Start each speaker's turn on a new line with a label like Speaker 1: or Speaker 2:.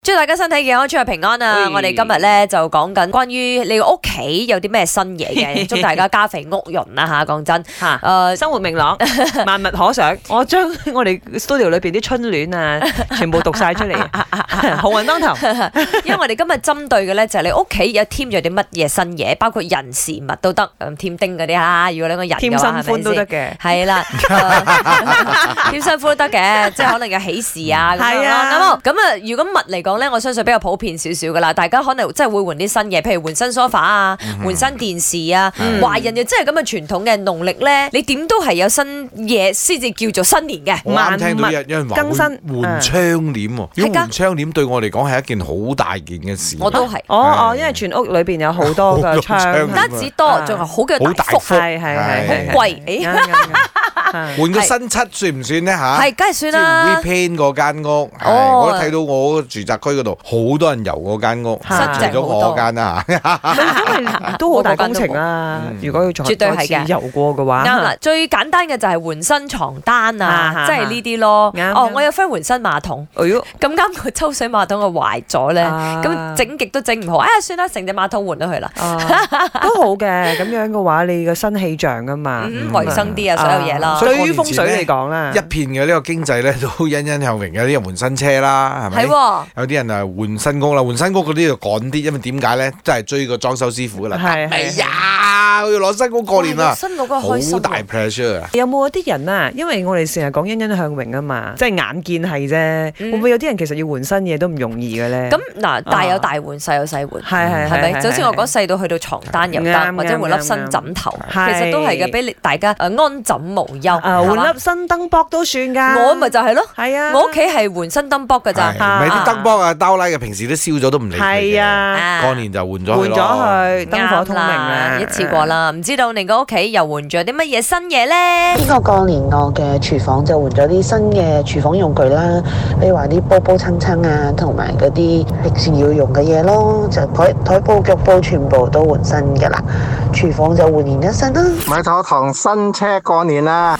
Speaker 1: 祝大家身體健康，出入平安啊！
Speaker 2: 哎
Speaker 1: 我哋今日咧就講緊關於你屋企有啲咩新嘢 嘅，祝大家家肥屋潤啦吓！講真，呃
Speaker 2: 吓。
Speaker 1: 诶，
Speaker 2: 生活明 朗，萬物可想。我將 我哋 studio 裏邊啲春 聯啊，全部讀晒出嚟，好運當頭。
Speaker 1: 因為我哋今日針對嘅咧就係你屋企有添咗啲乜嘢新嘢，包括人事物都得，嗯添丁嗰啲啦。如果你個人
Speaker 2: 添
Speaker 1: 嘅
Speaker 2: 新
Speaker 1: 話，係咪
Speaker 2: 歡都
Speaker 1: 先？
Speaker 2: 得嘅。
Speaker 1: 啊係 啦，誒添新歡都得嘅，即係可能有喜事啊咁樣
Speaker 2: 係啊
Speaker 1: 啦。咁啊，如果物嚟講咧，我相信比較普遍少少噶啦。大家可能真係會換啲新嘢，譬如換新 sofa 啊，換新電視啊。
Speaker 2: 嗯
Speaker 1: 華人又真係咁嘅傳統嘅農曆咧，你點都係有新嘢先至叫做新年 嘅。
Speaker 3: 我啱聽到有有人話
Speaker 2: 更
Speaker 3: 換
Speaker 2: 新
Speaker 3: 換窗簾喎，如
Speaker 1: 係㗎
Speaker 3: 果換窗簾對我嚟講係一件好大件嘅事。
Speaker 1: 我都 係，
Speaker 2: 哦哦，因為全屋裏邊有好多
Speaker 3: 好
Speaker 2: 嘅
Speaker 3: 多
Speaker 2: 窗，
Speaker 3: 窗
Speaker 1: 唔
Speaker 3: 嗯
Speaker 1: 單止多，
Speaker 2: 啊
Speaker 1: 仲係好嘅
Speaker 3: 好
Speaker 1: 大
Speaker 3: 大
Speaker 1: 幅，
Speaker 3: 幅
Speaker 2: 係係係
Speaker 3: 係
Speaker 2: 係
Speaker 1: 貴哎
Speaker 2: 啱
Speaker 1: 誒
Speaker 2: 啱 啱
Speaker 3: 換個新漆算唔算呢？
Speaker 2: 啊
Speaker 3: 吓？
Speaker 1: 係梗係
Speaker 3: 即
Speaker 1: 算
Speaker 3: 係
Speaker 1: 啦。
Speaker 3: repaint 嗰間屋，係
Speaker 1: 哦
Speaker 3: 我都睇到我住宅區嗰度好多人遊嗰間屋，除
Speaker 2: 嚇
Speaker 3: 咗我嗰間啊啦嚇。
Speaker 2: 因為都好大工程啦
Speaker 3: 嗯。
Speaker 2: 如果要再
Speaker 1: 絕對係嘅
Speaker 2: 再次遊過嘅話，
Speaker 1: 啱啦，最簡單嘅就係換新床單
Speaker 2: 啊
Speaker 1: 啊，
Speaker 2: 啊
Speaker 1: 即係呢啲咯。
Speaker 2: 啱
Speaker 1: 哦
Speaker 2: 啱，
Speaker 1: 我有 friend 換新馬桶，
Speaker 2: 哎呦，
Speaker 1: 咁啱佢抽水馬桶佢壞咗咧，
Speaker 2: 啊
Speaker 1: 咁整極都整唔好，啊算啦，成隻馬桶換咗佢啦，
Speaker 2: 啊都好嘅。咁樣嘅話，你個新氣象啊嘛，
Speaker 1: 嗯，
Speaker 3: 嗯
Speaker 1: 衞生啲啊，所有嘢啦
Speaker 3: 所。以
Speaker 2: 對於風水嚟講啦
Speaker 3: 一，片嘅呢個經濟咧都欣欣向榮，有啲人換新車啦，係
Speaker 1: 係
Speaker 3: 咪？
Speaker 1: 喎，
Speaker 3: 有啲人啊換新屋啦，換新屋嗰啲就趕啲，因為點解咧？真係追個裝修師傅噶啦。
Speaker 2: 係
Speaker 3: 哎
Speaker 2: 係
Speaker 3: 呀，我要攞新屋過年
Speaker 1: 哇
Speaker 3: 啦，
Speaker 1: 新老嗰個開心
Speaker 3: 好
Speaker 1: 喎
Speaker 3: 大 pressure 啊！
Speaker 2: 有冇一啲人啊？因為我哋成日講欣欣向榮啊嘛，即係眼見係啫。
Speaker 1: 嗯
Speaker 2: 會唔會有啲人其實要換新嘢都唔容易嘅咧？
Speaker 1: 咁嗱，大有大換，細有細換。
Speaker 2: 係係
Speaker 1: 係咪？
Speaker 2: 係
Speaker 1: 就好似我講
Speaker 2: 係啊
Speaker 1: 細到去到床單又得，
Speaker 2: 啱
Speaker 1: 或者換粒新枕頭，
Speaker 2: 啱
Speaker 1: 其實都係嘅，
Speaker 2: 係
Speaker 1: 俾你大家誒安枕無憂。
Speaker 2: 啊
Speaker 1: 係嘛
Speaker 2: 換粒新燈博都算㗎。
Speaker 1: 哦我咪就係咯，
Speaker 2: 係啊，
Speaker 1: 我屋企係換新燈煲㗎咋
Speaker 3: 係，唔係啲燈煲啊、兜拉嘅，平時都燒咗都唔理佢
Speaker 2: 係
Speaker 3: 嘅。
Speaker 2: 啊，
Speaker 1: 啊
Speaker 3: 過年就換咗
Speaker 2: 換
Speaker 3: 佢
Speaker 2: 咗
Speaker 3: 咯。
Speaker 2: 佢燈火通明啊啦，
Speaker 1: 一次過。啦。唔知道你個屋企又換咗啲乜嘢新嘢咧？
Speaker 4: 呢個過年我嘅廚房就換咗啲新嘅廚房用具啦，你話啲煲煲罉罉啊，同埋嗰啲平時要用嘅嘢咯，就台台煲腳煲全部都換新㗎啦，廚房就煥然一新啦。
Speaker 5: 買咗堂新車過年啦！